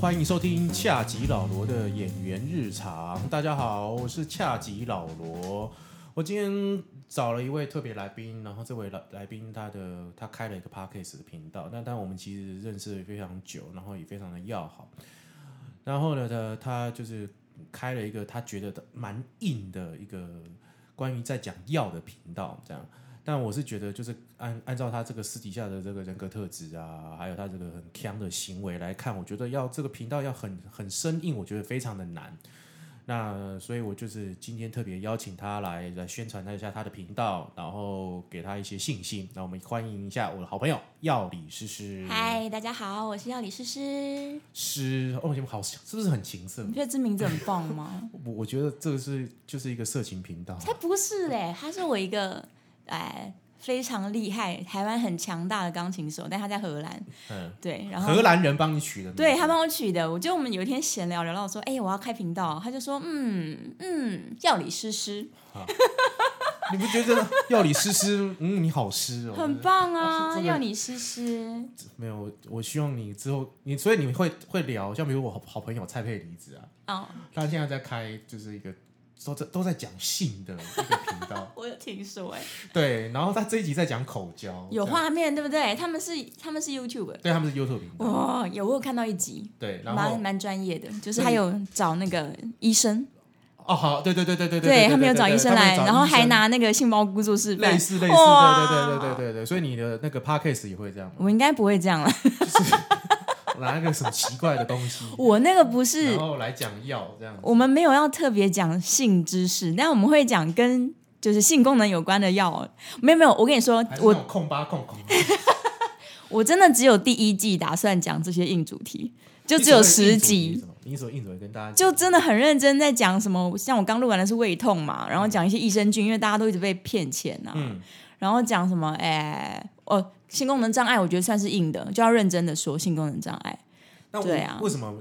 欢迎收听恰吉老罗的演员日常。大家好，我是恰吉老罗。我今天找了一位特别来宾，然后这位来来宾他的他开了一个 podcast 的频道，那但我们其实认识非常久，然后也非常的要好。然后呢，他他就是开了一个他觉得蛮硬的一个关于在讲药的频道，这样。但我是觉得，就是按按照他这个私底下的这个人格特质啊，还有他这个很强的行为来看，我觉得要这个频道要很很生硬，我觉得非常的难。那所以，我就是今天特别邀请他来来宣传他一下他的频道，然后给他一些信心。那我们欢迎一下我的好朋友药理诗诗。嗨，大家好，我是药理诗诗。诗哦，你们好，是不是很情色你？觉得这名字很棒 吗？我我觉得这个是就是一个色情频道。才不是嘞，他是我一个哎非常厉害、台湾很强大的钢琴手，但他在荷兰。嗯，对，然后荷兰人帮你取的名字。对他帮我取的。我就我们有一天闲聊，聊到说，哎、我要开频道，他就说，嗯嗯，药理诗诗你不觉得药理诗诗？嗯，你好诗哦，很棒啊，这个药理诗诗。没有，我我希望你之后你，所以你会会聊，像比如我好好朋友蔡佩离子啊，哦，，她现在在开就是一个都在都在讲性的一个频道我有听说哎、对，然后她这一集在讲口交，有这样，画面对不对？他们是他们是 YouTube。对，他们是 YouTube 频道，哇、有我有看到一集，对，然蛮后蛮专业的，就是所以还有找那个医生，哦好，对对对对对对，对他们有找对医生来，他们有找然后医还生拿那个杏鲍菇做示范类。似类似，对哇对对对对对，所以你的那个 podcast 也会这样吗？我应该不会这样了，拿一个什么奇怪的东西，我那个不是然，后来讲药这样子。我们没有要特别讲性知识，但我们会讲跟就是性功能有关的药。没有没有，我跟你说还，是那我种控吧控控，我真的只有第一季打算讲这些硬主题，就只有你所谓十硬主题是集。什么。你所谓硬主题跟大家就讲真的很认真在讲什么，像我刚录完的是胃痛嘛，然后讲一些益生菌，因为大家都一直被骗钱啊，嗯然后讲什么，哎、哦，性功能障碍，我觉得算是硬的，就要认真的说性功能障碍。那我对啊为什么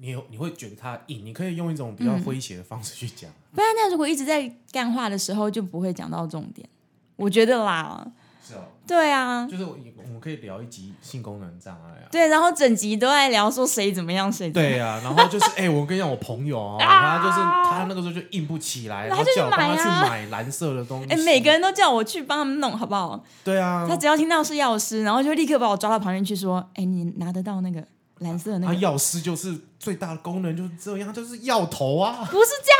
你有你会觉得它硬？你可以用一种比嗯较诙谐的方式去讲。不然，那如果一直在干话的时候，就不会讲到重点。我觉得啦，是哦，对啊，就是我我们可以聊一集性功能障碍啊。 对，然后整集都在聊说谁怎么样，谁怎么样，对啊，然后就是哎、我跟你讲，我朋友哦，他就是他那个时候就硬不起来，然然后啊后就去叫我帮他去买啊买蓝色的东西。哎、每个人都叫我去帮他们弄，好不好？对啊，他只要听到是药师，然后就立刻把我抓到旁边去说，哎、你拿得到那个蓝色的那他个？药师就是最大的功能就是这样，就是药头啊，不是这样。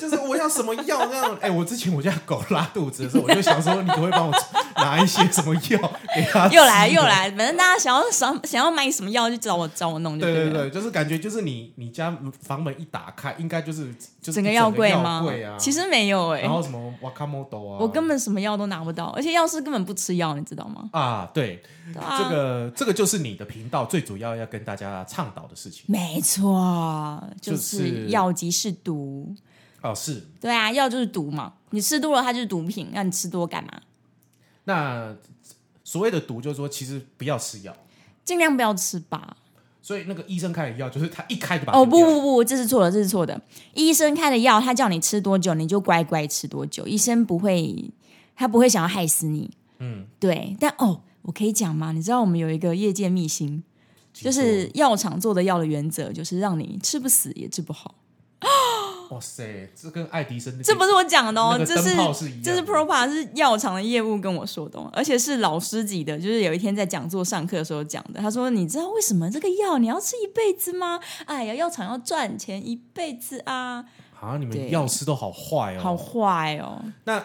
就是我要什么药这样。 哎、我之前我家狗拉肚子的时候，我就想说，你可不可以帮我拿一些什么药给它？又来又。来，反正大家想要想想要买什么药就找我找我弄就对对了。对，就是感觉就是你你家房门一打开，应该就是就是整个一药柜药吗？柜啊，其实没有哎、然后哦什么 wakamoto 啊，我根本什么药都拿不到，而且药师根本不吃药，你知道吗？啊，对，对啊这个这个就是你的频道最主要要跟大家倡导的事情没错，就就是是药即是毒。哦，是。对啊，药就是毒嘛，你吃多了它就是毒品，那你吃多干嘛？那所谓的毒，就是说其实不要吃药，尽量不要吃吧。所以那个医生开的药，就是他一开就把它哦丢不掉不不，这是错的，这是错的。医生开的药，他叫你吃多久，你就乖乖吃多久。医生不会，他不会想要害死你。嗯，对，但哦，我可以讲吗？你知道我们有一个业界秘辛，就请说是药厂做的药的原则，就是让你吃不死也治 不好。哇塞，这跟爱迪生的这不是我讲的哦那，个这灯泡是是一样的这是 Propa 是药厂的业务跟我说的哦，而且是老师级的，就是有一天在讲座上课的时候讲的。他说：“你知道为什么这个药你要吃一辈子吗？哎呀，药厂要赚钱一辈子啊，啊，你们对药师都好坏哦，好坏哦。”那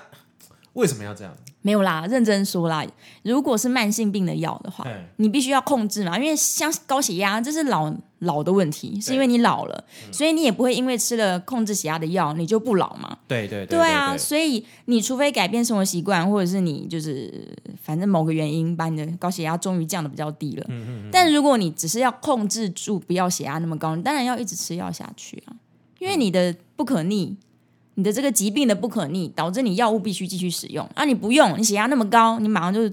为什么要这样？没有啦，认真说啦，如果是慢性病的药的话嗯，你必须要控制嘛，因为像高血压这是老老的问题，是因为你老了，所以你也不会因为吃了控制血压的药你就不老嘛。对对对啊，所以你除非改变生活习惯，或者是你就是反正某个原因把你的高血压终于降的比较低了。嗯但如果你只是要控制住不要血压那么高，你当然要一直吃药下去啊，因为你的不可逆，你的这个疾病的不可逆，导致你药物必须继续使用。啊，你不用，你血压那么高，你马上就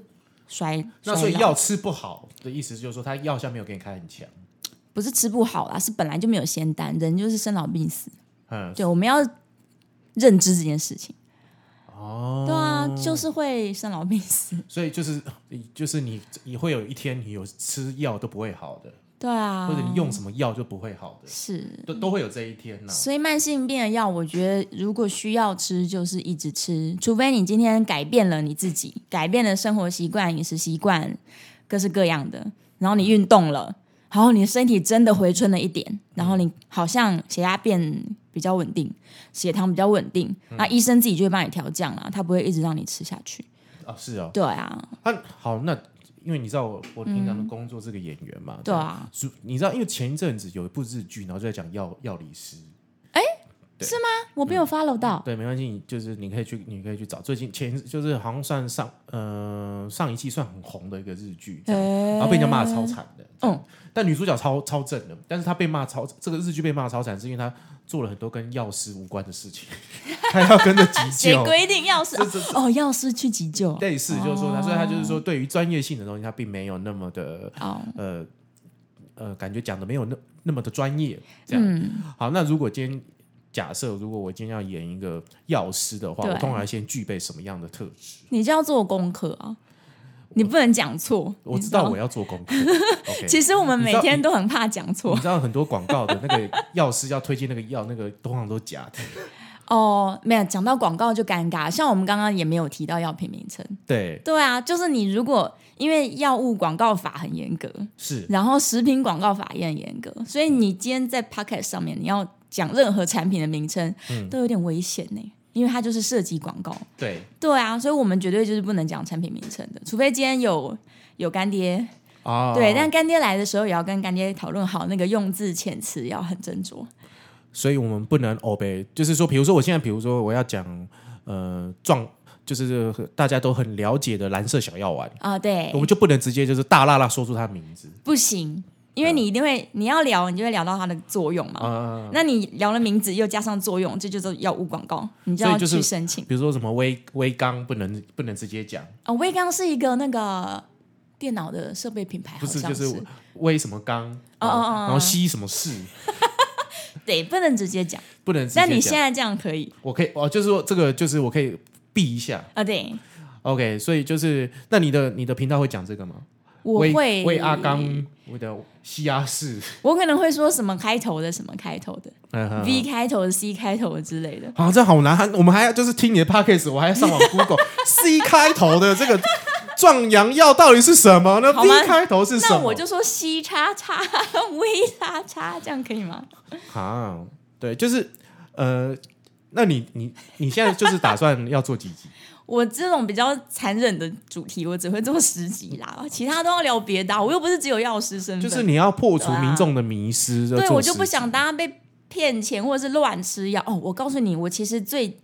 衰。那所以衰老药吃不好的意思就是说，他药效没有给你开很强。不是吃不好啦，是本来就没有仙丹，人就是生老病死。嗯，对，我们要认知这件事情。哦，对啊，就是会生嗯老病死。所以就是就是你你会有一天你有吃药都不会好的，对啊或，者你用什么药就不会好的，是。都都会有这一天呐、所以慢性病的药，我觉得如果需要吃，就是一直吃，除非你今天改变了你自己，改变了生活习惯、饮食习惯，各式各样的，然后你运动了，然后你的身体真的回春了一点，嗯然后你好像血压变比较稳定，血糖比较稳定，嗯那医生自己就会帮你调降啦，他不会一直让你吃下去。啊。是哦，对啊，啊，好，那因为你知道我我平常的工作是个演员嘛，嗯对，啊，是你知道，因为前一阵子有一部日剧，然后就在讲药药理师，我嗯没有 follow 到，对，没关系，你就是你可以去，你可以去找。最近前就是好像算上呃上一季算很红的一个日剧，这样，然后被人家骂的超惨的。嗯，但女主角超超正的，但是她被骂超这个日剧被骂超惨，是因为她做了很多跟药师无关的事情， 她要跟着急 谁救。规定药师这这哦，药师去急救类似就是说，她所以她就是说，对于专业性的东西，她并没有那么的哦，呃呃，感觉讲的没有那那么的专业。这样，嗯，好，那如果今天假设如果我今天要演一个药师的话，对我通常先具备什么样的特质？你就要做功课啊，你不能讲错。我你知道我要做功课。OK， 其实我们你知每道天都很怕讲你错知道很多广告的那个药师要推荐那个药，那个通常都假的。哦。没有讲到广告就尴尬，像我们刚刚也没有提到药品名称。对，对啊，就是你如果因为药物广告法很严格，是然后食品广告法也很严格，所以你今天在 Pocket 上面你要讲任何产品的名称，嗯都有点危险呢、因为它就是涉及广告。对对啊，所以我们绝对就是不能讲产品名称的，除非今天有有干爹，啊，对，但干爹来的时候也要跟干爹讨论好那个用字遣词，要很斟酌。所以我们不能欧背，就是说，比如说我现在，比如说我要讲呃壮，就是大家都很了解的蓝色小药丸，啊、对我，们就不能直接就是大辣辣说出它的名字不行，因为你嗯一定会你要聊，你就会聊到它的作用嘛。啊。那你聊了名字又加上作用，这就是药物广告，你就所以要就是去申请。比如说什么微微刚不能不能直接讲，啊、微刚是一个那个电脑的设备品牌，不是好就像是是微什么刚，哦哦哦然后西什么事，对，不能直接讲。不能直接但讲。你现在这样可以我可以哦，就是说这个就是我可以避一下啊、对， ，OK。所以就是那你的你的频道会讲这个吗？我微会微阿，刚，我的西亚士，我可能会说什么开头的，什么开头的、嗯哼 v 开头的，C 开头的之类的。 啊，这好难，还我们还要就是听你的 podcast，我还要上 网 Google C 开头的这个壮阳药到底是什么呢好吗？B 开头是什么？那我就说 C 叉叉 V 叉叉，这样可以吗？啊，对，就是呃，那你你你现在就是打算要做几集？我这种比较残忍的主题，我只会做十集啦，其他都要聊别的啊、我又不是只有药师身就份，是你要破除民众的迷失，要嗯对做我就实不习想大家被骗钱或者是乱吃药。哦，我告诉你，我其实最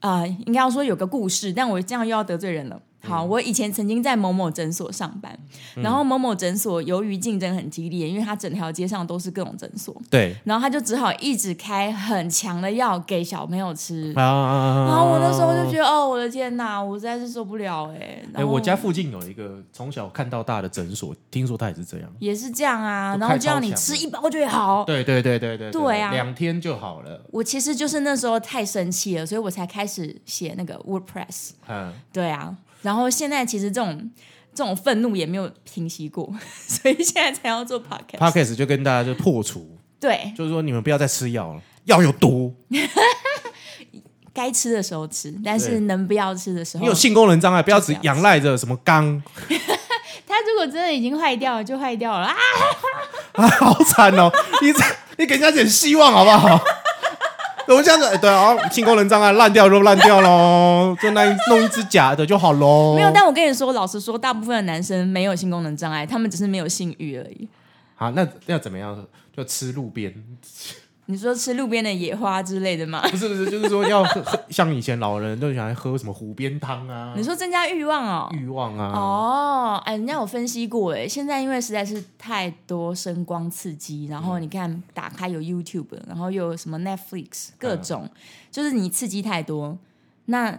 啊、应该要说有个故事，但我这样又要得罪人了。嗯好，我以前曾经在某某诊所上班，然后某某诊所由于竞争很激烈，因为它整条街上都是各种诊所，对然后他就只好一直开很强的药给小朋友吃。啊。嗯然然后我那时候就觉得，哦，我的天哪，我实在是受不了哎、哎，然后我家附近有一个从小看到大的诊所，听说他也是这样。也是这样啊，都然后开就让超你强吃的一包就会好。哦对对对对对对啊两天就好了。我其实就是那时候太生气了，所以我才开始写那个 WordPress。嗯，对啊，然后现在其实这种这种愤怒也没有平息过， 所以现在才要做 podcast。 p o d c a s t 就跟大家就破除，对，就是说你们不要再吃药了，药有毒。该吃的时候吃，但对是能不要吃的时候你有，性功能障碍，不要只就不要仰赖着什么刚，它如果真的已经坏掉了，就坏掉了啊！ 啊，好惨哦！你这你给人家点希望好不好？ 我们这样子，哎对啊，性功能障碍烂掉就烂掉喽，就那一弄一只假的就好喽。没有，但我跟你说，老实说，大部分的男生没有性功能障碍，他们只是没有性欲而已。好，那要怎么样？就吃路边，你说吃路边的野花之类的吗？不是不是，就是说要喝喝，像以前老人都喜欢喝什么湖边汤啊你，说增加欲望哦？欲望啊，哦，哎，人家有分析过，哎，现在因为实在是太多声光刺激，然后你看打开有 YouTube，然后又有什么 Netflix，各种，就是你刺激太多，那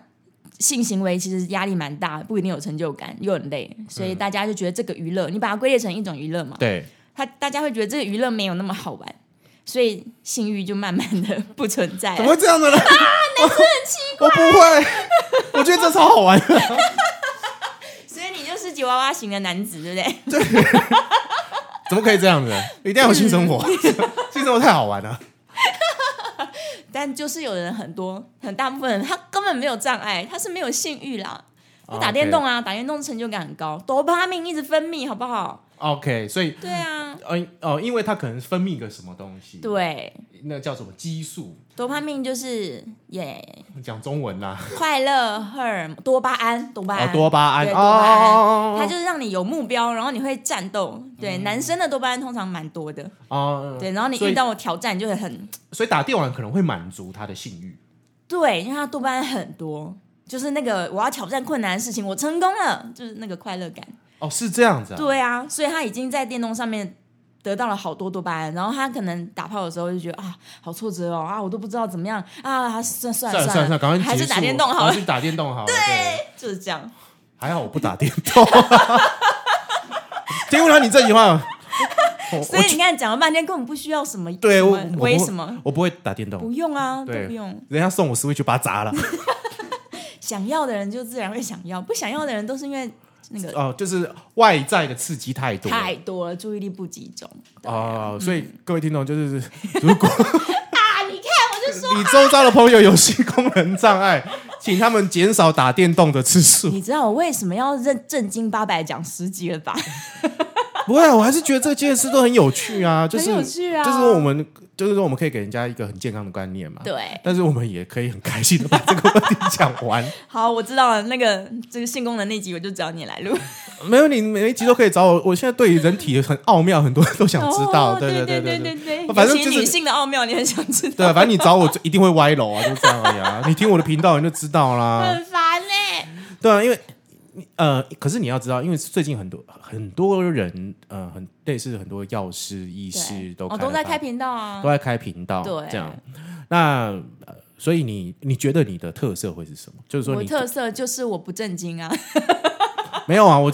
性行为其实压力蛮大，不一定有成就感，又很累，所以大家就觉得这个娱乐，你把它归类成一种娱乐嘛，对，他大家会觉得这个娱乐没有那么好玩，所以性欲就慢慢的 不存在怎么会这样的呢？啊 我不会，我觉得这超好玩的， 所以你就是吉娃娃型的男子，对不对？怎么可以这样子？一定要有性生活，嗯 性生活太好玩了。但就是有人很多很大部分人他根本没有障碍，他是没有性欲啦。他打电动啊，打电动成就感很高，多巴胺一直分泌，好不好？ OK，所以对啊，呃哦，因为它可能分泌个什么东西，，对，那叫什么激素？多巴胺就是耶、讲中文啦，快乐荷尔蒙多巴胺，多巴胺，哦，多巴胺，对哦多巴胺哦，嗯它就是让你有目标，然后你会战斗。对，男生的多巴胺通常蛮多的，哦，对，然后你所以遇到挑战你就会很所以打电玩可能会满足他的性欲。对，因为它多巴胺很多，就是那个我要挑战困难的事情，我成功了，就是那个快乐感。哦，是这样子啊。对啊，所以他已经在电动上面得到了好多多巴胺，然后他可能打炮的时候就觉得啊，好挫折哦，啊，我都不知道怎么样啊，算算算了算了算了，赶快还结是束打电动好了还，是打电动好了。对， 就是这样。还好我不打电动。 听不了你这句话，我所以你看，讲了半天根本不需要什么，对什我么我为不会什么我不会打电不动，用啊，都对不用。人家送我 Switch 把它砸了。想要的人就自然会想要，不想要的人都是因为那个哦，就是外在的刺激太多了。嗯太多了，注意力不集中。哦，所以各位听众就是， 如果 啊，你看，我就说，你周遭的朋友有性功能障碍，请他们减少打电动的次 数。你知道我为什么要认正经八百讲十集了吧？不会啊，我还是觉得这件事都很有趣 啊，就是很有趣啊，就是说我们就是说我们可以给人家一个很健康的观念嘛。 对，但是我们也可以很开心的把这个问题讲完， 好，我知道了。那个这个性功能那集，我就找你来录。没有你每一集都可以找我。我现在对于人体很奥妙，很多人都想知道。哦对对对对对对反正尤就其是女性的奥妙，你很想知道，对，啊反正你找我就一定会歪楼啊，就这样而已啊。你 听我的频道你就知道啦。很烦欸呢。对啊，因为呃，可是你要知道，因为最近很多很多人呃，很类似很多药师、医师对都哦开了都在吧开频道啊都。在开频道，对这样。那、呃所以你你觉得你的特色会是什么？就是说我你特色就是我不正经 啊，没有啊，我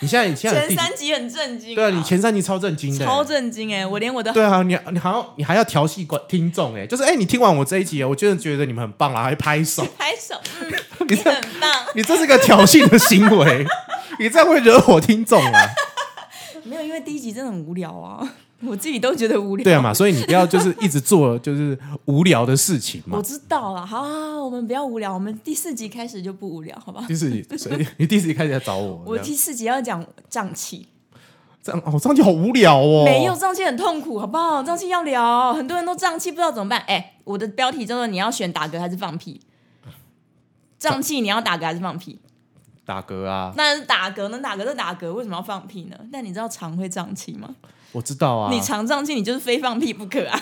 你现在你现在前第几三集很正经啊。对啊，你前三集超震惊的、欸超震惊哎，我连我的对啊，你你还要你还要调戏观听众哎、就是哎、你听完我这一集，我真的觉得你们很棒啊啦，还拍 手，拍手，嗯，你你这很棒。你这是个挑衅的行为， 你这样会惹火听众啊。 没有，因为第一集真的很无聊啊， 我自己都觉得无聊。对啊嘛，所以你不要就是一直做就是无聊的事情嘛我。知道了，好好好，我们不要无聊，我们第四集开始就不无聊，好不好？就是所以你第一次开始来找我，这我样第四集要讲胀气，这样哦，这样就好无聊哦。没有胀气很痛苦，好不好？胀气要聊，很多人都胀气，不知道怎么办。哎，我的标题叫做“你要选打嗝还是放 屁”。胀气，你要打嗝还是放屁？打嗝啊，那是打嗝，能打嗝就打嗝，为什么要放屁呢？但你知道肠会胀气吗？我知道啊。你肠胀气，你就是非放屁不可 啊！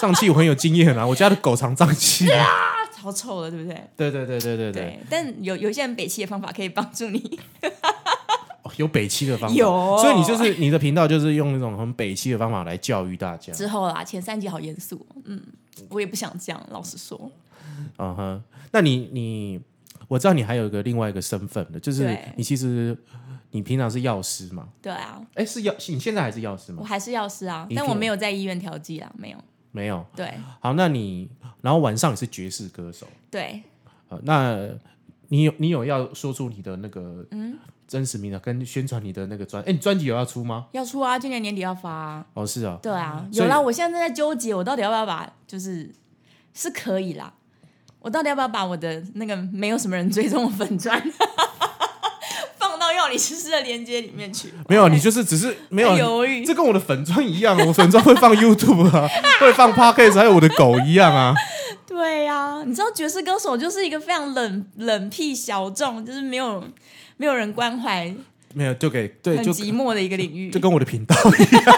胀气我很有经验 啊，我家的狗常胀气啊。啊超臭的，对不对？对对对对对对，但有有一些人北气的方法可以帮助你。 哦有北七的方法，有所以你就是你的频道就是用那种很北七的方法来教育大家。之后啦，前三集好严肃，嗯，我也不想这样，老实说，嗯哼，那你你我知道你还有一个另外一个身份的，就是对你其实你平常是药师嘛？对啊，哎，是药，你现在还是药师我吗？还是药师啊，你但听我没有在医院调剂啊，没有，没有。对好，那你然后晚上你是爵士歌手，对，呃，那你有你有要说出你的那个嗯真实名的，跟宣传你的那个专，哎、你专辑有要出吗？要出啊，今年年底要发、啊，哦，是啊，对啊，所以有啦，我现在正在纠结，我到底要不要把，就是是可以啦，我到底要不要把我的那个没有什么人追踪的粉砖 放到药理师师的链接里面去，没有，你就是只是没有，在犹豫，这跟我的粉砖一样，啊我粉砖会放 YouTube 啊，会放 Podcast，还有我的狗一样啊。对呀、你知道爵士歌手就是一个非常冷冷僻小众，就是没有没有人关怀，没有，就给对，很就寂寞的一个领域。就跟我的频道一样，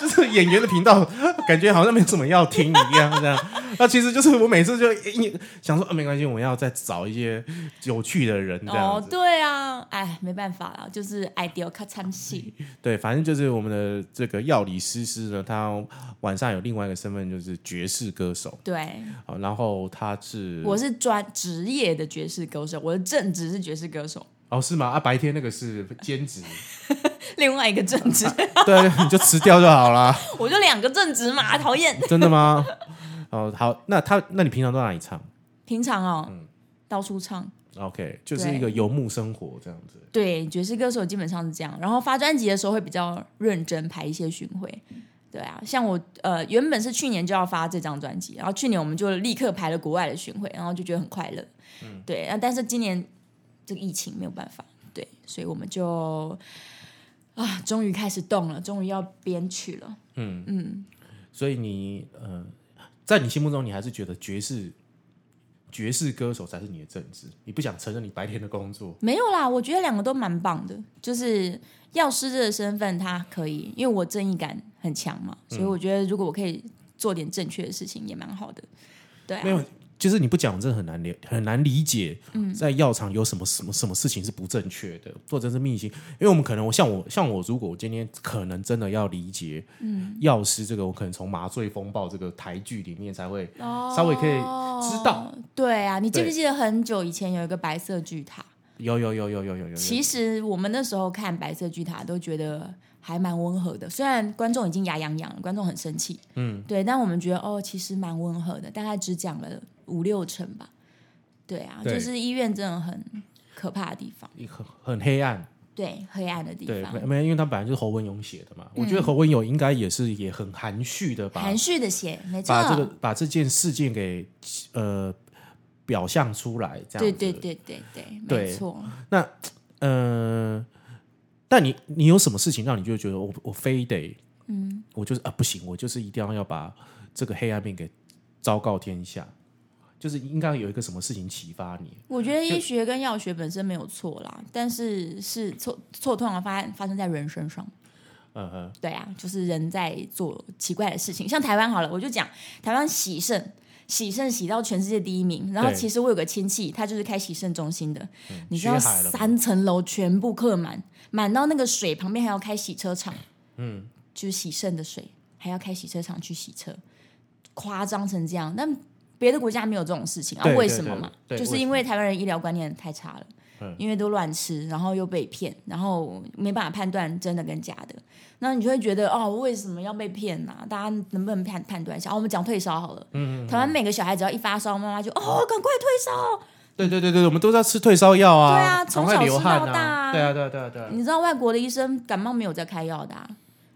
就是演员的频道，感觉好像没什么要听一样这样。那其实就是我每次就一想说，啊，没关系，我们要再找一些有趣的人这样哦子，。对啊，哎，没办法啦，就是 ideal 卡参戏，对，反正就是我们的这个药理诗诗呢，他晚上有另外一个身份，就是爵士歌手对，啊。然后他是我是专职业的爵士歌手，我的正职是爵士歌手，哦是吗？啊，白天那个是兼职， 另外一个正职，对，你就辞掉就好啦。我就两个正职嘛，讨厌。真的吗？哦，好，那他那你平常都在哪里唱？平常哦，到处唱， OK，就是一个游牧生活这样子。对，爵士歌手基本上是这样。然后发专辑的时候会比较认真排一些巡回。对啊，像我呃原本是去年就要发这张专辑，然后去年我们就立刻排了国外的巡回，然后就觉得很快乐。嗯，对啊，但是今年这个疫情没有办法，对，所以我们就啊终于开始动了，终于要编曲了。嗯嗯，所以你呃，在你心目中，你还是觉得爵士爵士歌手才是你的正职，你不想承认你白天的工作。没有啦，我觉得两个都蛮棒的，就是药师这个身份，他可以，因为我正义感很强嘛，嗯所以我觉得如果我可以做点正确的事情，也蛮好的。对啊，没有，就是你不讲，我真的很难理很难理解，嗯在药厂有什么什么什么事情是不正确的，或者是秘辛？因为我们可能，我像我像我，如果我今天可能真的要理解，嗯，药师这个，我可能从《麻醉风暴》这个台剧里面才会哦稍微可以知道。对啊，你记不对记得很久以前有一个白色巨塔？有有有有有有有有，其实我们那时候看白色巨塔都觉得还蛮温和的，虽然观众已经牙痒痒了，观众很生气，嗯，对，但我们觉得哦，其实蛮温和的，大概只讲了五六成吧。对啊，对就是医院真的很可怕的地方，一很很黑暗，对，黑暗的地对，方嗯没，没，因为他本来就是侯文勇写的嘛，我觉得侯文勇应该也是也很含蓄的把含蓄的写，没错，把这个把这件事件给呃表象出来，这样对子。对对对对，对没错。呃，但你你有什么事情让你就觉得我我非得，嗯，我就是啊不行，我就是一定要要把这个黑暗面给昭告天下，就是应该有一个什么事情启发你。我觉得医学跟药学本身没有错啦，但是是错错通常发发生在人身上。嗯哼，对啊，就是人在做奇怪的事情。像台湾好了，我就讲台湾洗肾，洗肾洗到全世界第一名。然后对其实我有个亲戚，他就是开洗肾中心的，你知道血嗯海了吗三层楼全部客满，满到那个水旁边还要开洗车场，嗯，就是洗肾的水还要开洗车场去洗车，夸张成这样。但别的国家没有这种事情啊？对为什么嘛？对对对就是因为台湾人医疗观念太差了。嗯因为都乱吃，然后又被骗，然后没办法判断真的跟假的，那你就会觉得哦，为什么要被骗呐、大家能不能判判断一下？哦我们讲退烧好了，嗯台湾每个小孩只要一发烧，妈妈就哦，赶快退烧。对对对对，我们都在吃退烧药啊，对啊赶从快小流吃汗到大啊，啊对啊对啊对啊对啊。你知道外国的医生感冒没有在开药的、啊，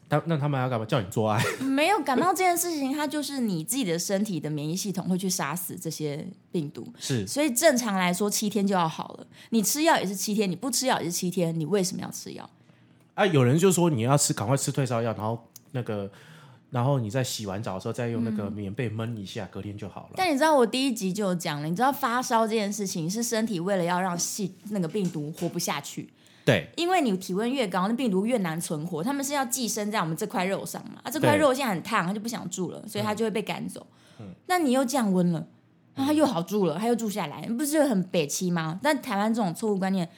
他那他们要干嘛？叫你做爱？没有感冒这件事情，它就是你自己的身体的免疫系统会去杀死这些病毒，是所以正常来说七天就要好了。你吃药也是七天，你不吃药也是七天，你为什么要吃药？啊，有人就说你要吃，赶快吃退烧药，然后那个，然后你在洗完澡的时候再用那个棉被闷一下，隔天就好了。嗯但你知道我第一集就有讲了，你知道发烧这件事情是身体为了要让细那个病毒活不下去，对，因为你体温越高，那病毒越难存活。他们是要寄生在我们这块肉上嘛？啊，这块对肉现在很烫，它就不想住了，所以它就会被赶走。那你又降温了，那它又好住了，它又住下来，你不是很北欺吗？但台湾这种错误观念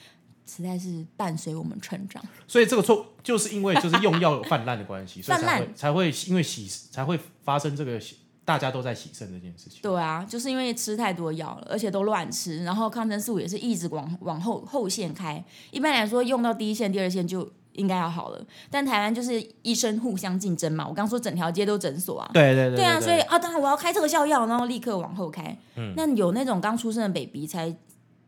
实在是伴随我们成长。所以这个错就是因为就是用药有泛滥的关 系，所以泛才滥会才会因为洗才会发生这个洗大家都在洗肾这件事情。对啊，就是因为吃太多药了，而且都乱吃，然后抗生素也是一直往往后后线开。一般来说，用到第一线、第二线就应该要好了，但台湾就是医生互相竞争嘛。我刚说整条街都诊所啊，对对对对嗯啊，所以啊，当然我要开这个效药，然后立刻往后开。那有那种刚出生的 baby 才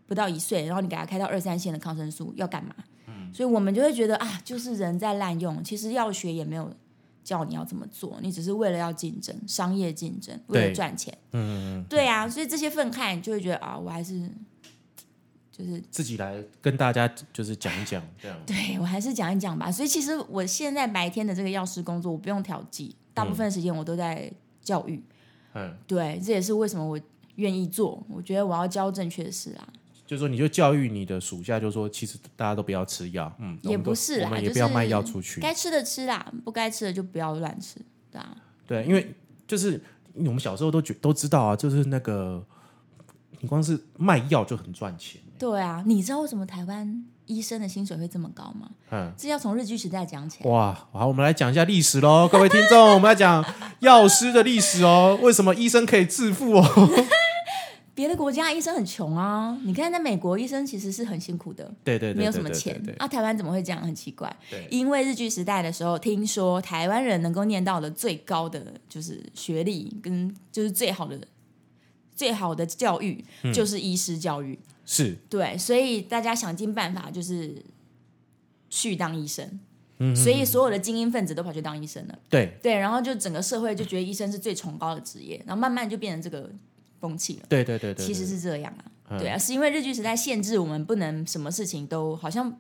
不到一岁，然后你给他开到二三线的抗生素，要干嘛？所以我们就会觉得啊，就是人在滥用。其实药学也没有叫你要这么做，你只是为了要竞争，商业竞争，对为了赚钱。嗯，对啊，所以这些愤慨，你就会觉得啊，我还是就是自己来跟大家就是讲一讲这样。对我还是讲一讲吧。所以其实我现在白天的这个药师工作，我不用调剂，大部分时间我都在教育。嗯，对，这也是为什么我愿意做。我觉得我要教正确的事啊，就是说你就教育你的属下，就说其实大家都不要吃药，嗯，也我们都不是啦我们也就是不要卖药出去。该吃的吃啦，不该吃的就不要乱吃，对啊。对，因为就是我们小时候都觉都知道啊，就是那个你光是卖药就很赚钱。对啊，你知道为什么台湾医生的薪水会这么高吗？嗯，这要从日据时代讲起来。哇，好，我们来讲一下历史喽， 各位听众，我们要讲药师的历史哦，为什么医生可以致富哦？别的国家医生很穷啊，你看在美国医生其实是很辛苦的， 对对对，没有对什么对钱对对啊。台湾怎么会这样？很奇怪对。因为日据时代的时候，听说台湾人能够念到的最高的就是学嗯历跟就是最好的最好的教育，就是医师教育。是，对，所以大家想尽办法就是去当医生，嗯所以所有的精英分子都跑去当医生了。对，对，然后就整个社会就觉得医生是最崇高的职业，然后慢慢就变成这个风气了。对对对对对，其实是这样啊，嗯对啊，是因为日剧时代限制我们不能什么事情都好像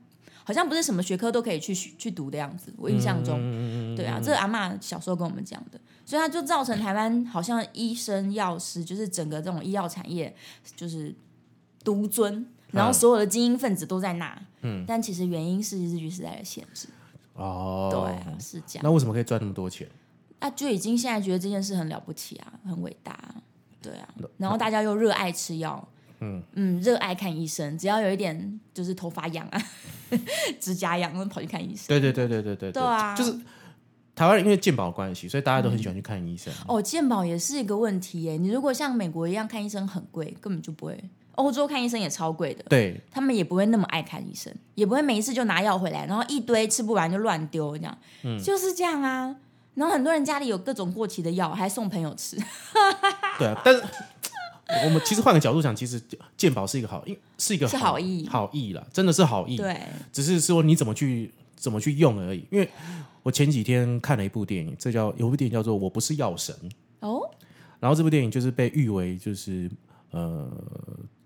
好像不是什么学科都可以去去读的样子。我印象嗯中，对啊，这个阿嬷小时候跟我们讲的，所以它就造成台湾好像医生、药师，就是整个这种医药产业就是独尊，然嗯后所有的精英分子都在那。嗯，但其实原因是日剧时代的限制，哦，对啊，是这样。那为什么可以赚那么多钱？那就已经现在觉得这件事很了不起啊，很伟大、啊，对啊。然后大家又热爱吃药，嗯热爱看医生，只要有一点就是头发痒啊、 指甲痒，就跑去看医生。对对对对对对对啊就是台湾人因为健保关系，所以大家都很喜欢去看医 生。哦，健保也是一个问题耶。你如果像美国一样看医生很贵，根本就不会。欧洲看医生也超贵的，对，他们也不会那么爱看医生，也不会每一次就拿药回来，然后一堆吃不完就乱丢这样，嗯 就是这样啊。然后很多人家里有各种过期的药，还送朋友吃。对啊，但是我们其实换个角度想，其实健保是一个好，因是一个是好意好意啦，真的是好意，对，只是说你怎么去怎么去用而已。因为我前几天看了一部电影，这叫有部电影叫做《我不是药神》，哦，然后这部电影就是被誉为就是呃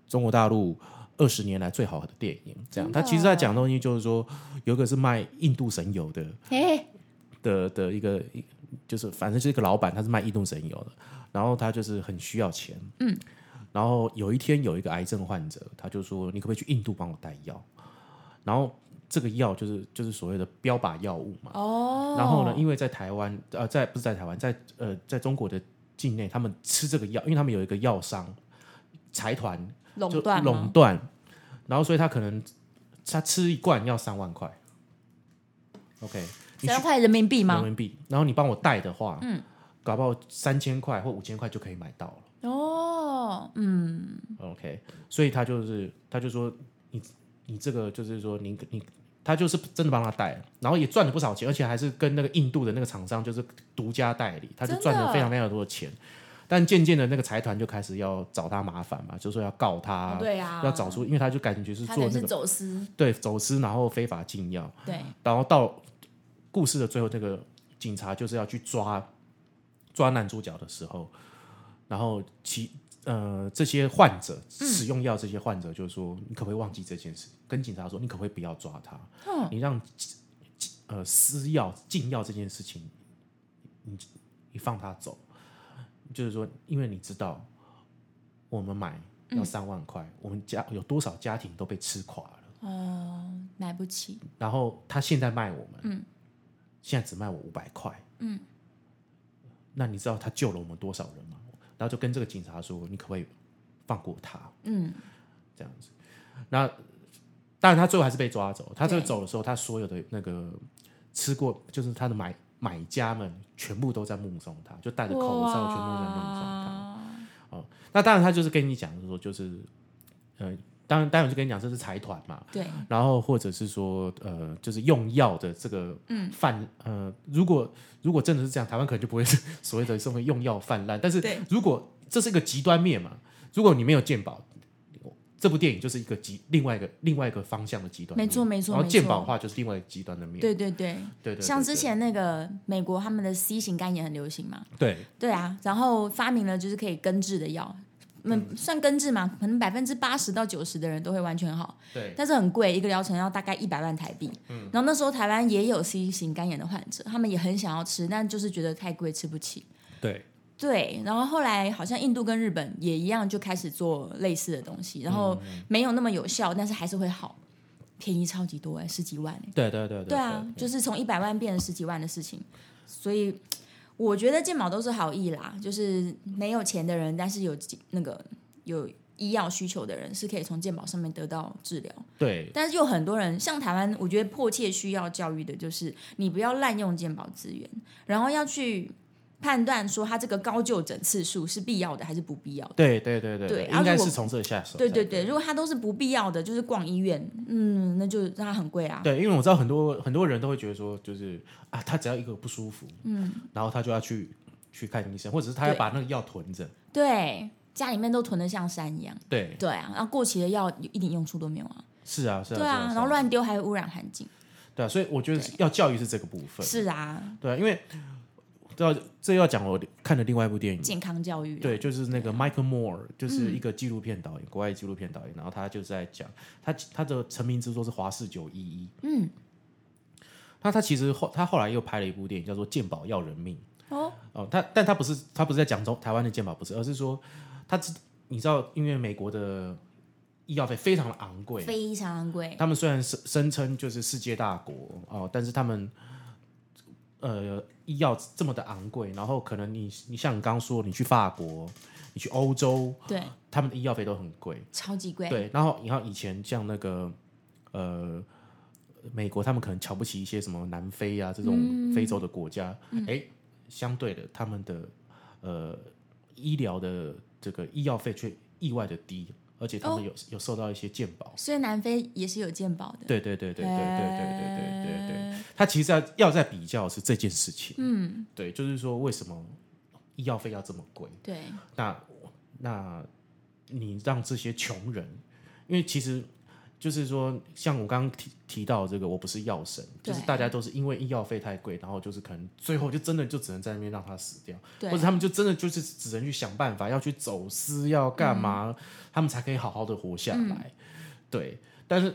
中国大陆二十年来最好的电影。这样，真的它其实在讲的东西就是说，有一个是卖印度神油的哎、的的一个，一就是反正是一个老板，他是卖印度神油的，然后他就是很需要钱，嗯，然后有一天有一个癌症患者，他就说你可不可以去印度帮我带药？然后这个药就是就是所谓的标靶药物嘛，哦，然后呢，因为在台湾，呃，在不是在台湾，在呃，在中国的境内，他们吃这个药，因为他们有一个药商财团就垄断垄吗？断，然后所以他可能他吃一罐要三万块，OK，你三去块人民币人吗？民币，然后你帮我带的话，嗯，搞不好三千块或五千块就可以买到了哦，嗯， ，OK，所以他就是他就说你你这个就是说你你。他就是真的帮他带，然后也赚了不少钱，而且还是跟那个印度的那个厂商就是独家代理，他就赚真的了非常非常多的钱。但渐渐的，那个财团就开始要找他麻烦嘛，就说要告他，对啊，要找出，因为他就感觉是他做等于那是个走私，对走私，然后非法禁药，对，然后到故事的最后，这个警察就是要去抓抓男主角的时候，然后其呃这些患者使用药，这些患者就说、你可不可以忘记这件事？跟警察说你可不可以不要抓他？你让呃私药禁药这件事情，你你放他走，就是说，因为你知道我们买要三万块，我们家有多少家庭都被吃垮了。哦，买不起，然后他现在卖我们，现在只卖我五百块，嗯，那你知道他救了我们多少人吗？然后就跟这个警察说，你可不可以放过他？嗯，这样子，那当然他最后还是被抓走。他最后对走的时候，他所有的那个吃过，就是他的买买家们全部都在目送他，就戴着口罩，全部都在目送他。哇那当然，他就是跟你讲说，就是，呃，当然，当然我就跟你讲这是财团嘛，对，然后或者是说，呃，就是用药的这个嗯泛，呃，如果如果真的是这样，台湾可能就不会 是所谓的所谓用药泛滥。但是对如果这是一个极端面嘛，如果你没有健保，这部电影就是一个极另外一个另外一个方向的极端面，没错没错然后没健错保的话就是另外一个极端的面，对对对，对对对像对之前那个美国他们的 C 型肝炎很流行嘛，对对啊，然后发明了就是可以根治的药。嗯，算根治嘛，可能百分之八十到九十的人都会完全好，对但是很贵，一个疗程要大概一百万台币。然后那时候台湾也有 C 型肝炎的患者，他们也很想要吃，但就是觉得太贵，吃不起。对对，然后后来好像印度跟日本也一样，就开始做类似的东西，然后没有那么有效，但是还是会好，便宜超级多哎、十几万哎、对对对对对啊，就是从一百万变成十几万的事情，所以我觉得健保都是好意啦，就是没有钱的人，但是有那个有医药需求的人，是可以从健保上面得到治疗。对但是有很多人，像台湾，我觉得迫切需要教育的就是，你不要滥用健保资源，然后要去判断说他这个高就诊次数是必要的还是不必要的。对对对对对啊应该如果是从这下手才，对对对，如果他都是不必要的，就是逛医院，嗯，那就让他很贵啊。对，因为我知道很多很多人都会觉得说，就是啊，他只要一个不舒服，嗯，然后他就要去去看医生，或者是他要对把那个药囤着，对，家里面都囤得像山一样。对，对啊，然后过期的药一点用处都没有啊。是啊，是啊，是对啊，是然后乱丢还会污染环境。对啊，所以我觉得对要教育是这个部分，是啊，对啊，因为要这要讲我看的另外一部电影，健康教育啊。嗯对，就是那个 Michael Moore，就是一个纪录片导演，国外纪录片导演，然后他就在讲他他的成名之作是《华氏九一一》，嗯，那他其实后他后来又拍了一部电影叫做《鉴宝要人命》哦，哦，他但他不是他不是在讲中台湾的鉴宝，不是，而是说他知你知道，因为美国的医药费非常的昂贵，非常昂贵。他们虽然声声称就是世界大国哦，但是他们呃医药这么的昂贵，然后可能你你像你刚刚说，你去法国，你去欧洲，对，他们的医药费都很贵。超级贵。对，然后你看以前像那个呃美国，他们可能瞧不起一些什么南非啊这种非洲的国家，哎、相对的他们的呃医疗的这个医药费却意外的低，而且他们有、有受到一些健保。所以南非也是有健保的。对对对对对对对对对对对，对他其实要要在比较是这件事情，嗯，对，就是说为什么医药费要这么贵？对那那你让这些穷人，因为其实就是说，像我刚刚提提到这个，我不是药神，就是对大家都是因为医药费太贵，然后就是可能最后就真的就只能在那边让他死掉，对，或者他们就真的就是只能去想办法，要去走私，要干嘛，嗯他们才可以好好的活下来。对，但是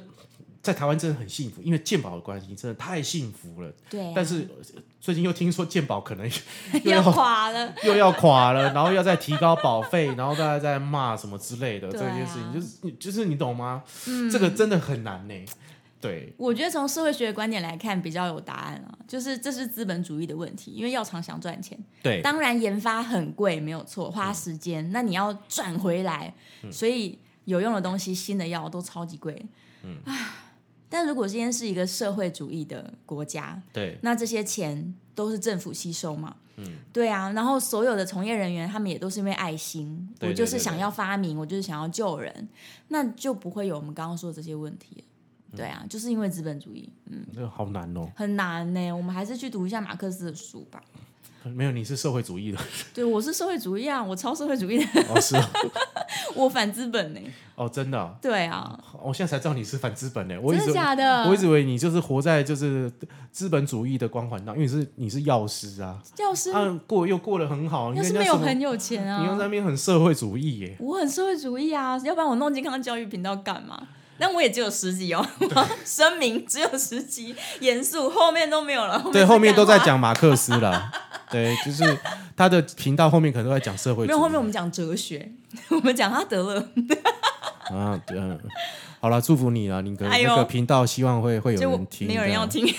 在台湾真的很幸福，因为健保的关系，真的太幸福了。对啊，但 是哦呃最近又听说健保可能 又要要垮了。又要垮了，然后要再提高保费， 然后大家在骂什么之类的、对这啊嗯件事情，就是你就是你懂吗？这个真的很难呢、对，我觉得从社会学的观点来看，比较有答案啊，就是这是资本主义的问题，因为药厂想赚钱，对，嗯当然研发很贵，没有错，花时间，那你要赚回来，所以有用的东西、新的药都超级贵，嗯，但如果今天是一个社会主义的国家，对，那这些钱都是政府吸收嘛？嗯，对啊。然后所有的从业人员，他们也都是因为爱心，对对我就是对对想要发明，我就是想要救人，那就不会有我们刚刚说的这些问题。对啊，就是因为资本主义这个好难哦、很难呢、我们还是去读一下马克思的书吧。没有，你是社会主义的，对，我是社会主义啊，我超社会主义的， 哦是哦我反资本呢、哦，真的哦、对啊，我现在才知道你是反资本呢、我一真直的假的我一？直以为你就是活在就是资本主义的光环当中，因为你是你是药师啊，要是啊过又过得很好，你要跟是人家没有什么很有钱啊，你又在那边很社会主义耶，我很社会主义啊，要不然我弄健康教育频道干嘛？但我也只有十集哦， 声明只有十集，严肃， 后面都没有了。对，是后面都在干话，讲马克思了，对，就是他的频道后面可能都在讲社会主义，没有后面我们讲哲学， 我们讲阿德勒，啊，对，嗯好了，祝福你了，你的哎呦那个频道希望会会有结果人听，没有人这样要，听。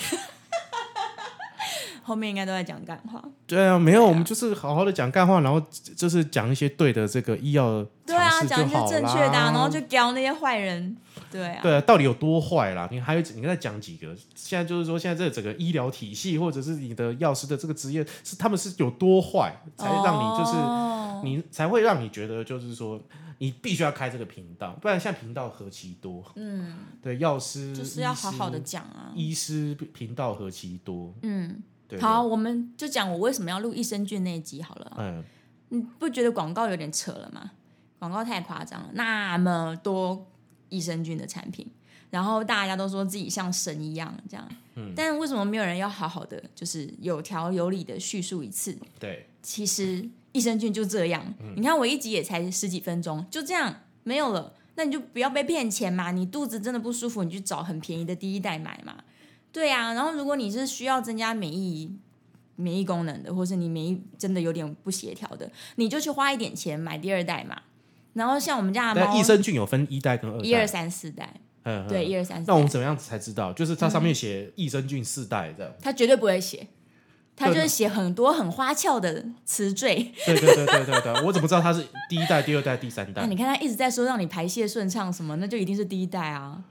后面应该都在讲干话，对啊，没有，我们就是好好的讲干话，然后就是讲一些对的这个医药对啊，常识讲一些就好正确的、啊，啦然后就教那些坏人，对啊，对啊，到底有多坏啦？你还有你再讲几个？现在就是说，现在这整个医疗体系，或者是你的药师的这个职业，是他们是有多坏，才让你就是、哦你才会让你觉得就是说，你必须要开这个频道，不然像频道何其多，嗯，对，药师就是要好好的医师讲啊。医师频道何其多，嗯，对，好，，我们就讲我为什么要录益生菌那一集好了。嗯，你不觉得广告有点扯了吗？广告太夸张了，那么多益生菌的产品，然后大家都说自己像神一样这样，但为什么没有人要好好的，就是有条有理的叙述一次？对，其实益生菌就这样，你看我一集也才十几分钟，就这样没有了，那你就不要被骗钱嘛。你肚子真的不舒服，你去找很便宜的第一代买嘛。对啊，然后如果你是需要增加免疫免疫功能的，或是你免疫真的有点不协调的，你就去花一点钱买第二代嘛。然后像我们家的但猫益，生菌有分一代跟二代，一二三四代，嗯，嗯对，。一二三四那我们代，怎么样才知道？就是它上嗯面写益生菌四代这样，他绝对不会写，他就对是写很多很花俏的词缀。对对对对对对，我怎么知道它是第一代、第二代、第三代那、？你看他一直在说让你排泄顺畅什么，那就一定是第一代啊！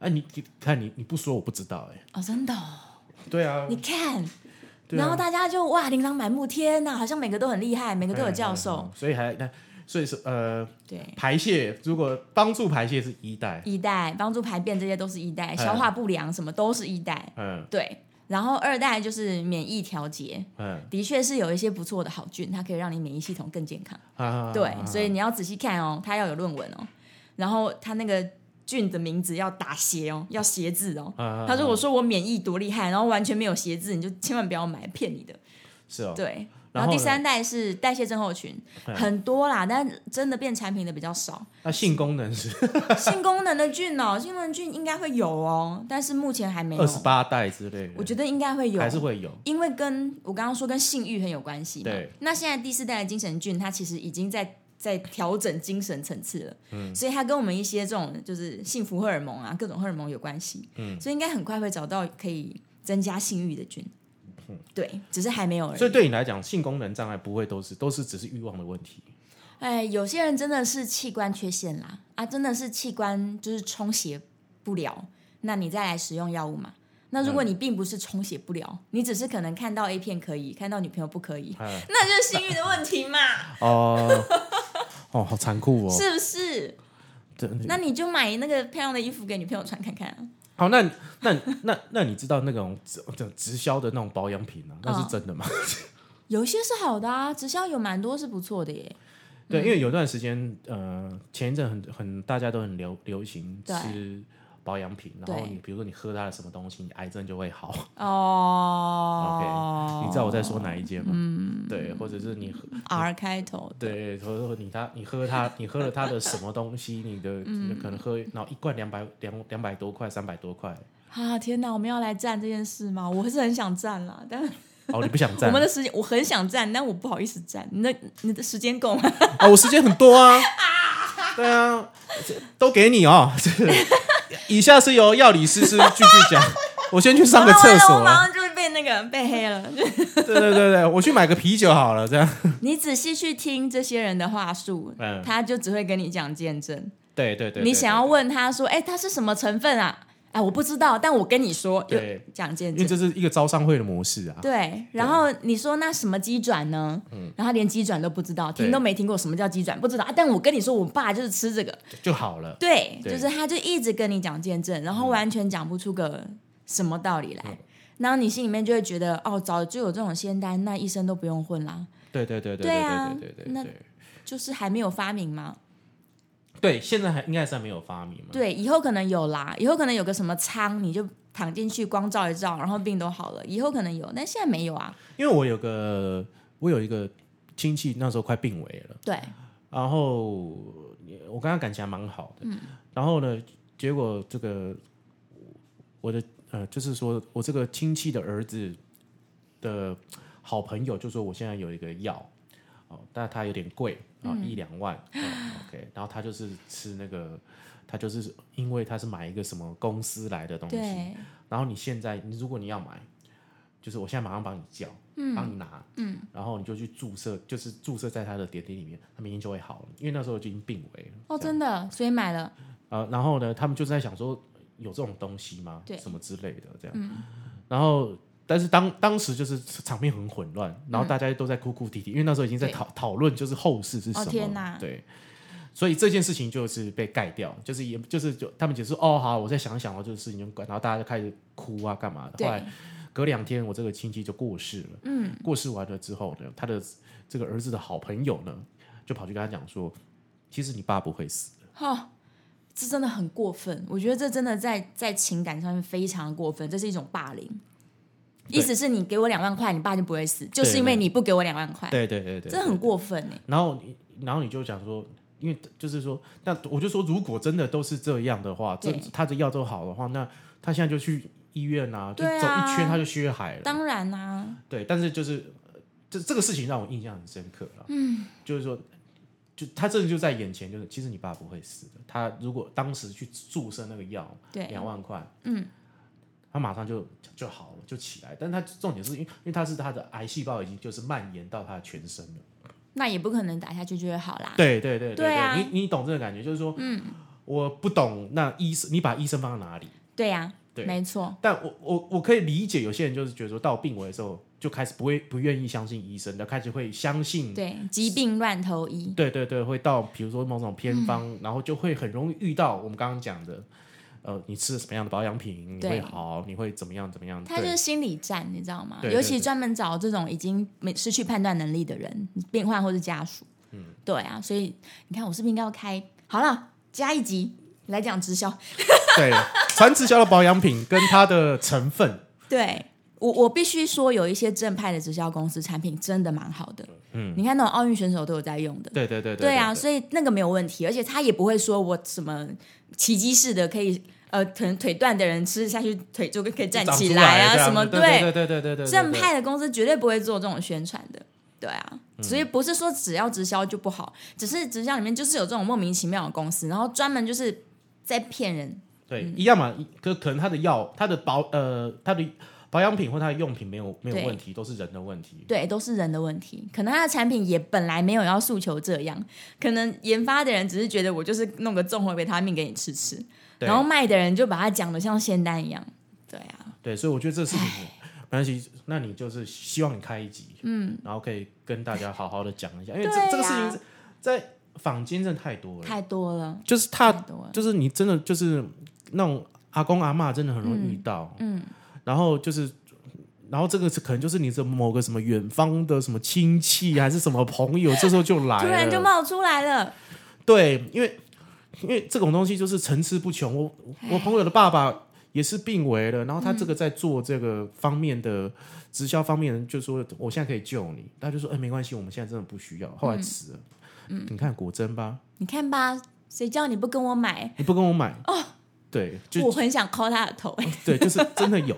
哎、你你看你你不说我不知道哎、哦，真的哦、对啊，你看，对啊然后大家就哇琳琅满目，天哪，好像每个都很厉害，每个都有教授。嗯嗯嗯所以还那所以是呃对，排泄，如果帮助排泄是一代，哎一代帮助排便这些都是一代，消化不良什么都是一代。嗯，对，然后二代就是免疫调节，嗯，的确是有一些不错的好菌，它可以让你免疫系统更健康。啊对，所以你要仔细看哦，它要有论文哦，然后它那个菌的名字要打斜哦，要斜字哦。他他如果说我免疫多厉害，然后完全没有斜字，你就千万不要买，骗你的。是哦，对，然然后后第呢三代是代谢症候群，嗯很多啦，但真的变产品的比较少。 那性功能是性功能的菌哦，性功能菌应该会有哦，但是目前还没有二。十八代之类的，我觉得应该会有哦还，是会有，因为跟我刚刚说跟性欲很有关系嘛。对。那现在第四代的精神菌，它其实已经在在调整精神层次了，嗯，所以它跟我们一些这种就是幸福荷尔蒙啊，各种荷尔蒙有关系，嗯，所以应该很快会找到可以增加性欲的菌。对，只是还没有而已。所以对你来讲，性功能障碍不会都是都是只是欲望的问题，哎，有些人真的是器官缺陷啦，啊，真的是器官就是充血不了，那你再来使用药物嘛。那如果你并不是充血不了，你只是可能看到 A 片可以，看到女朋友不可以，嗯那就是性欲的问题嘛，哦 哦，好残酷哦，是不是？真的。那你就买那个漂亮的衣服给女朋友穿看看、啊。好，那那那那你知道那种直这直销的那种保养品啊，嗯那是真的吗？有一些是好的啊，直销有蛮多是不错的耶。嗯对，因为有段时间，呃，前一阵很很大家都很流流行对吃保养品，然后对你比如说你喝它的什么东西，你癌症就会好。哦你知道我在说哪一间吗？嗯，对，或者是你喝 R 开头的，对，或者说你他你喝它，你喝了它的什么东西，你的你嗯可能喝，然后一罐两百两两百多块，三百多 块。啊天哪，我们要来站这件事吗？我是很想站啦，但哦，你不想我占们的时间我很想站，但我不好意思站。你的你的时间够吗？啊？我时间很多啊，对啊，这都给你哦。 这以下是由药理师师继续讲，我先去 上个厕所完了完了我马啊。上就被那个被黑 了。对对对对，我去买个啤酒好了，这样。你仔细去听这些人的话术，嗯他就只会跟你讲见证。对对对，你对想要问他说：“哎，它是什么成分啊？”哎，我不知道，但我跟你说，就对讲见因为这证。是一个招商会的模式啊。对，然后你说那什么机转呢？然后他连机转都不知道，嗯对听都没听过什么叫机转，不知道、啊。但我跟你说，我爸就是吃这个，就好了。对，对嗯就是他就一直跟你讲见证，然后完全讲不出个什么道理来，然后你心里面就会觉得，哦，早就有这种仙丹，那医生都不用混啦，对对对对对啊对对对对那对。就是还没有发明嘛。对，现在还应该是还没有发明嘛。对，以后可能有啦，以后可能有个什么仓，你就躺进去光照一照，然后病都好了，以后可能有，但现在没有啊。因为我有个我有一个亲戚那时候快病危了，对，然后呃我跟他感情还蛮好的，然后呢，结果这个我的呃，就是说我这个亲戚的儿子的好朋友就说我现在有一个药。哦，但它有点贵啊，一两万、嗯 OK，然后他就是吃那个，他就是因为他是买一个什么公司来的东西，对，然后你现在，你如果你要买，就是我现在马上帮你叫，帮你拿，嗯，然后你就去注射，就是注射在他的点滴里面，他明天就会好了，因为那时候已经病危了。哦，真的，所以买了，呃，然后呢，他们就在想说有这种东西吗？对嗯什么之类的这样。然后，但是当当时就是场面很混乱，然后大家都在哭哭啼啼，因为那时候已经在嗯对讨讨论就是后事是什哦么。天哪对。所以这件事情就是被盖掉，就是也就是就他们解释哦好，我再想一想哦，这个事情就管，然后大家就开始哭啊干嘛的。后来对，隔两天，我这个亲戚就过世了。嗯，过世完了之后呢，他的这个儿子的好朋友呢，就跑去跟他讲说，其实你爸不会死。哦，这真的很过分，我觉得这真的在在情感上面非常过分，这是一种霸凌。对意思是你给我两万块，你爸就不会死，就是因对为你不给我两万块，对对对对，这很过分哎、然后你，然后你就讲说，因为就是说，那我就说，如果真的都是这样的话，这对他的药都好的话，那他现在就去医院啊，就走对啊一圈他就血海了。当然啦、啊，对，但是就是呃这这个事情让我印象很深刻了。嗯，就是说，就他真的就在眼前，就是其实你爸不会死的。他如果当时去注射那个药，对两万块，嗯，他马上就就好了，就起来。但他重点是因为因为他是他的癌细胞已经就是蔓延到他的全身了。那也不可能打下去就会好啦。对对对对啊你你懂这个感觉，就是说，嗯，我不懂那医生，你把医生放到哪里？对呀、对没错，但我我我可以理解，有些人就是觉得说到病危的时候就开始不会不愿意相信医生的，开始会相信，对，疾病乱投医，嗯对对对，会到比如说某种偏方，然后就会很容易遇到我们刚刚讲的。呃，你吃了什么样的保养品你会对好，你会怎么样怎么样？他就嗯对是心理战，你知道吗？对尤对其对专门找这种已经没失去判断能力的人，病患或是家属。嗯，对啊，所以你看，我是不是应该要开好了加一集来讲直销？ 对传直销的保养品跟它的成分，对我，我必须说，有一些正派的直销公司产品真的蛮好的。嗯，你看那种奥运选手都有在用 的。对对对对啊，对所以那个没有问题，而且他也不会说我什么奇迹式的可以。呃，可能腿断的人吃下去腿就可以站长起出来啊，这样什么对对对对对对，对正派的公司绝对不会做这种宣传的，对啊，嗯所以不是说只要直销就不好，只是直销里面就是有这种莫名其妙的公司，然后专门就是在骗人，对一样嘛，可可能它的药、它的保呃、它的保养品或它的用品没有没有对问题，都是人的问题。对，都是人的问题，可能他的产品也本来没有要诉求这样，可能研发的人只是觉得我就是弄个综合维他命给你吃吃，对然后卖的人就把它讲的像仙丹一样，对啊，对，所以我觉得这个事情没关系，那你就是希望你开一集，嗯，然后可以跟大家好好的讲一下，因为这、对呀这个事情在坊间真的太多了，太多了，就是太他多了，就是你真的就是那种阿公阿嬷真的很容易遇到，嗯，然后就是。然后这个是可能就是你的某个什么远方的什么亲戚还是什么朋友，这时候就来了， 突然就冒出来了，对，因为因为这种东西就是层出不穷。我哎我朋友的爸爸也是病危了，然后他这个在做这个方面的直销方面，就说我现在可以救你，他就说哎、没关系，我们现在真的不需要。后来死了，嗯你看果真吧，你看吧，谁叫你不跟我买？你不跟我买哦，对，就我很想抠他的头、哎 对，就是真的有，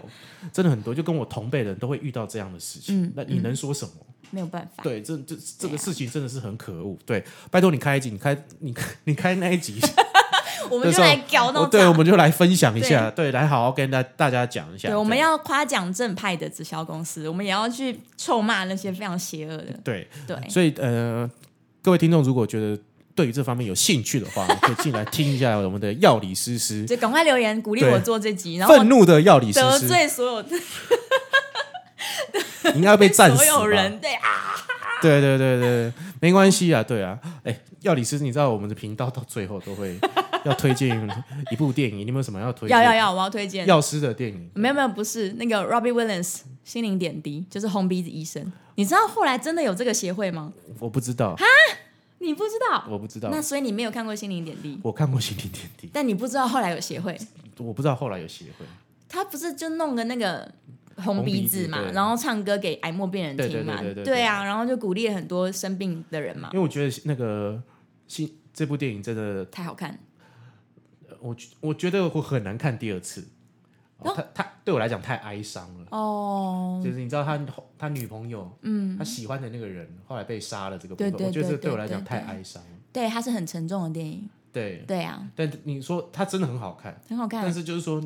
真的很多，就跟我同辈的人都会遇到这样的事情。那你能说什么？没有办法。对，这这这嗯对啊个事情真的是很可恶。对，拜托你开一集，你开你开 你开那一集。我们就来搞哦到对，炸我们就来分享一下，对，来好好跟大大家讲一下。对，我们对要夸奖正派的直销公司，我们也要去臭骂那些非常邪恶的。对，对，嗯所以呃，各位听众如果觉得对于这方面有兴趣的话，可以进来听一下我们的药理师 师，就赶快留言鼓励对我做这集，然后愤我怒的药理师得师，罪所有的应该被战死 所有吧人，对啊， 对对对对，没关系啊，对啊，哎，药理师，你知道我们的频道到最后都会要推荐一部电影，你有没有什么要推荐？要要要，我要推荐。药师的电影，没有没有，不是那个 Robbie Williams 心灵点滴，就是红鼻子医生。你知道后来真的有这个协会吗？我不知道，你不知道，我不知道那，所以你没有看过心灵点滴，我看过《心灵天地但你不知道后来有协会。》，我不知道后来有协会，他不是就弄个那个红红鼻鼻子子嘛，对然后唱歌给癌末病人对听嘛，对对对对啊，然后就鼓励很多生病的人嘛因，为我觉得那个新这部电影真的太好看。我觉我觉得我很难看第二次，哦、他他对我来讲太哀伤了。哦，就是你知道他他女朋友，嗯，他喜欢的那个人后来被杀了，这个部对分对我觉得对这对我对来讲对太对哀伤了。对，它是很沉重的电影，对，对啊，但你说他真的很好看，很好看但。是就是说，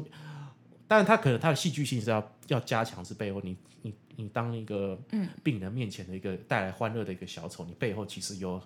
但是他可能他的戏剧性是要要加强，是背后你你你当一个嗯病人面前的一个带来欢乐的一个小丑，你背后其实有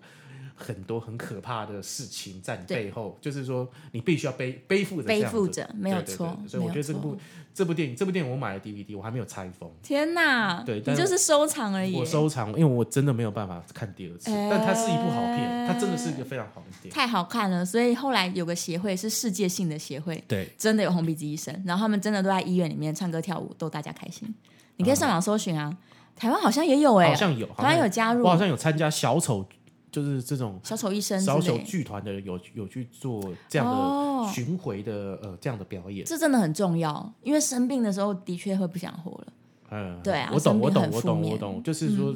很多很可怕的事情在你对背后，就是说你必须要背背负着这背样负的着，没有对对错对，所以没我觉有得这错。部这部电影，这部电影我买了 DVD，我还没有拆封，天哪，对你但就是收藏而已。我收藏，因为我真的没有办法看第二次。哎但它是一部好片，它真的是一个非常好的电影。太好看了，所以后来有个协会是世界性的协会，对，真的有红鼻子医生，然后他们真的都在医院里面唱歌跳舞，逗大家开心。你可以上网搜寻啊，台湾好像也有哎、好像有，台好湾像有加入我好像有参加小丑，就是这种小丑医生之小丑类，剧团的人有有去做这样哦的巡回的、呃这样的表演。这真的很重要，因为生病的时候的确会不想活了。嗯，对啊我懂，生病我懂，很我负懂，面嗯我懂，就是说、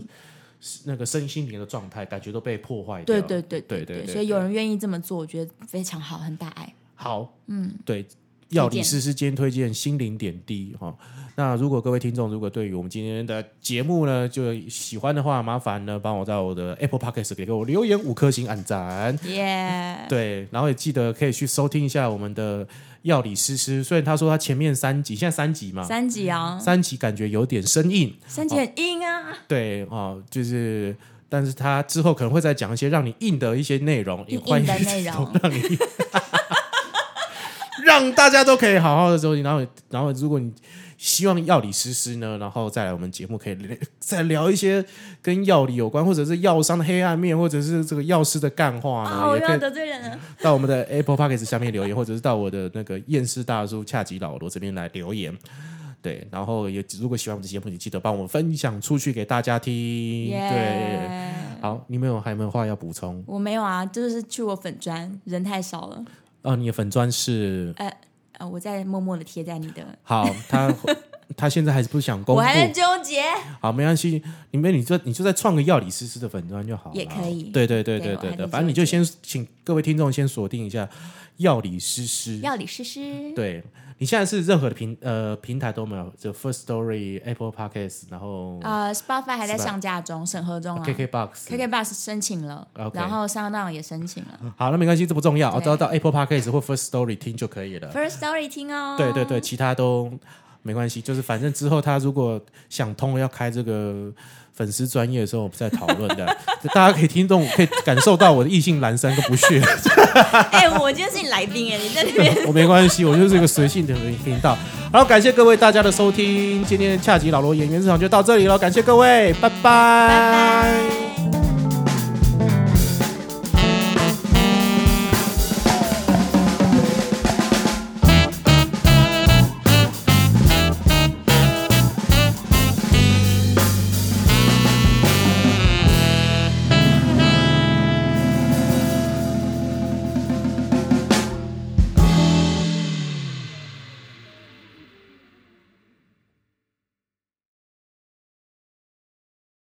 是那个身心灵的状态，感觉都被破坏掉对了。对对对对对对所以有人愿意这么做，我觉得非常好，很大爱。好，嗯，对，药理师师今天推荐心灵点滴哈、哦。那如果各位听众如果对于我们今天的节目呢就喜欢的话，麻烦呢帮我在我的 Apple Podcast 给我留言五颗星按赞。 耶、对，然后也记得可以去收听一下我们的药理师师。虽然他说他前面三集，现在三集嘛，三级啊，三集感觉有点生硬，三级很硬啊，对哦，就是，但是他之后可能会再讲一些让你硬的一些内容，也硬欢硬迎的 内容。让你让大家都可以好好的收听。然后，然后如果你希望药理师师呢，然后再来我们节目可以聊再聊一些跟药理有关，或者是药商的黑暗面，或者是这个药师的干话呢，啊，我也又可要以得罪人了。到我们的 Apple p o c k e t 下面留言，或者是到我的那个厌世大叔恰吉老罗这边来留言。对，然后也如果喜欢我们的节目，你记得帮我们分享出去给大家听。对，耶好，你们有还有没有话要补充？我没有啊，就是去我粉砖，人太少了。哦，你的粉砖是呃，我在默默的贴在你的，好，他他现在还是不想公我布，还在纠结。好，没关系，你们你就你就再创个药理诗诗的粉砖就好了，也可以对对对对对我对还在对，纠反正你就先请各位听众先锁定一下药理诗诗。药理诗诗，对你现在是任何的平呃平台都没有，就 First Story、Apple Podcasts，然后、呃，Spotify 还在是吧上架中，审核中啊。 KKBox。 KK Bus 申请了 OK 然后上当也申请了好，那没关系，这不重要，哦对都要到 Apple Podcasts 或 First Story 听就可以了。 ，First Story 听哦。对对对，其他都没关系，就是反正之后他如果想通了要开这个粉丝专业的时候，我们再讨论的。 大家可以听懂，可以感受到我的意兴阑珊跟不屑。哎、我今天是你来宾哎，你在那边我没关系，我就是一个随性的人频道。好，感谢各位大家的收听，今天的恰吉老罗演员日常就到这里了，感谢各位，拜拜拜拜。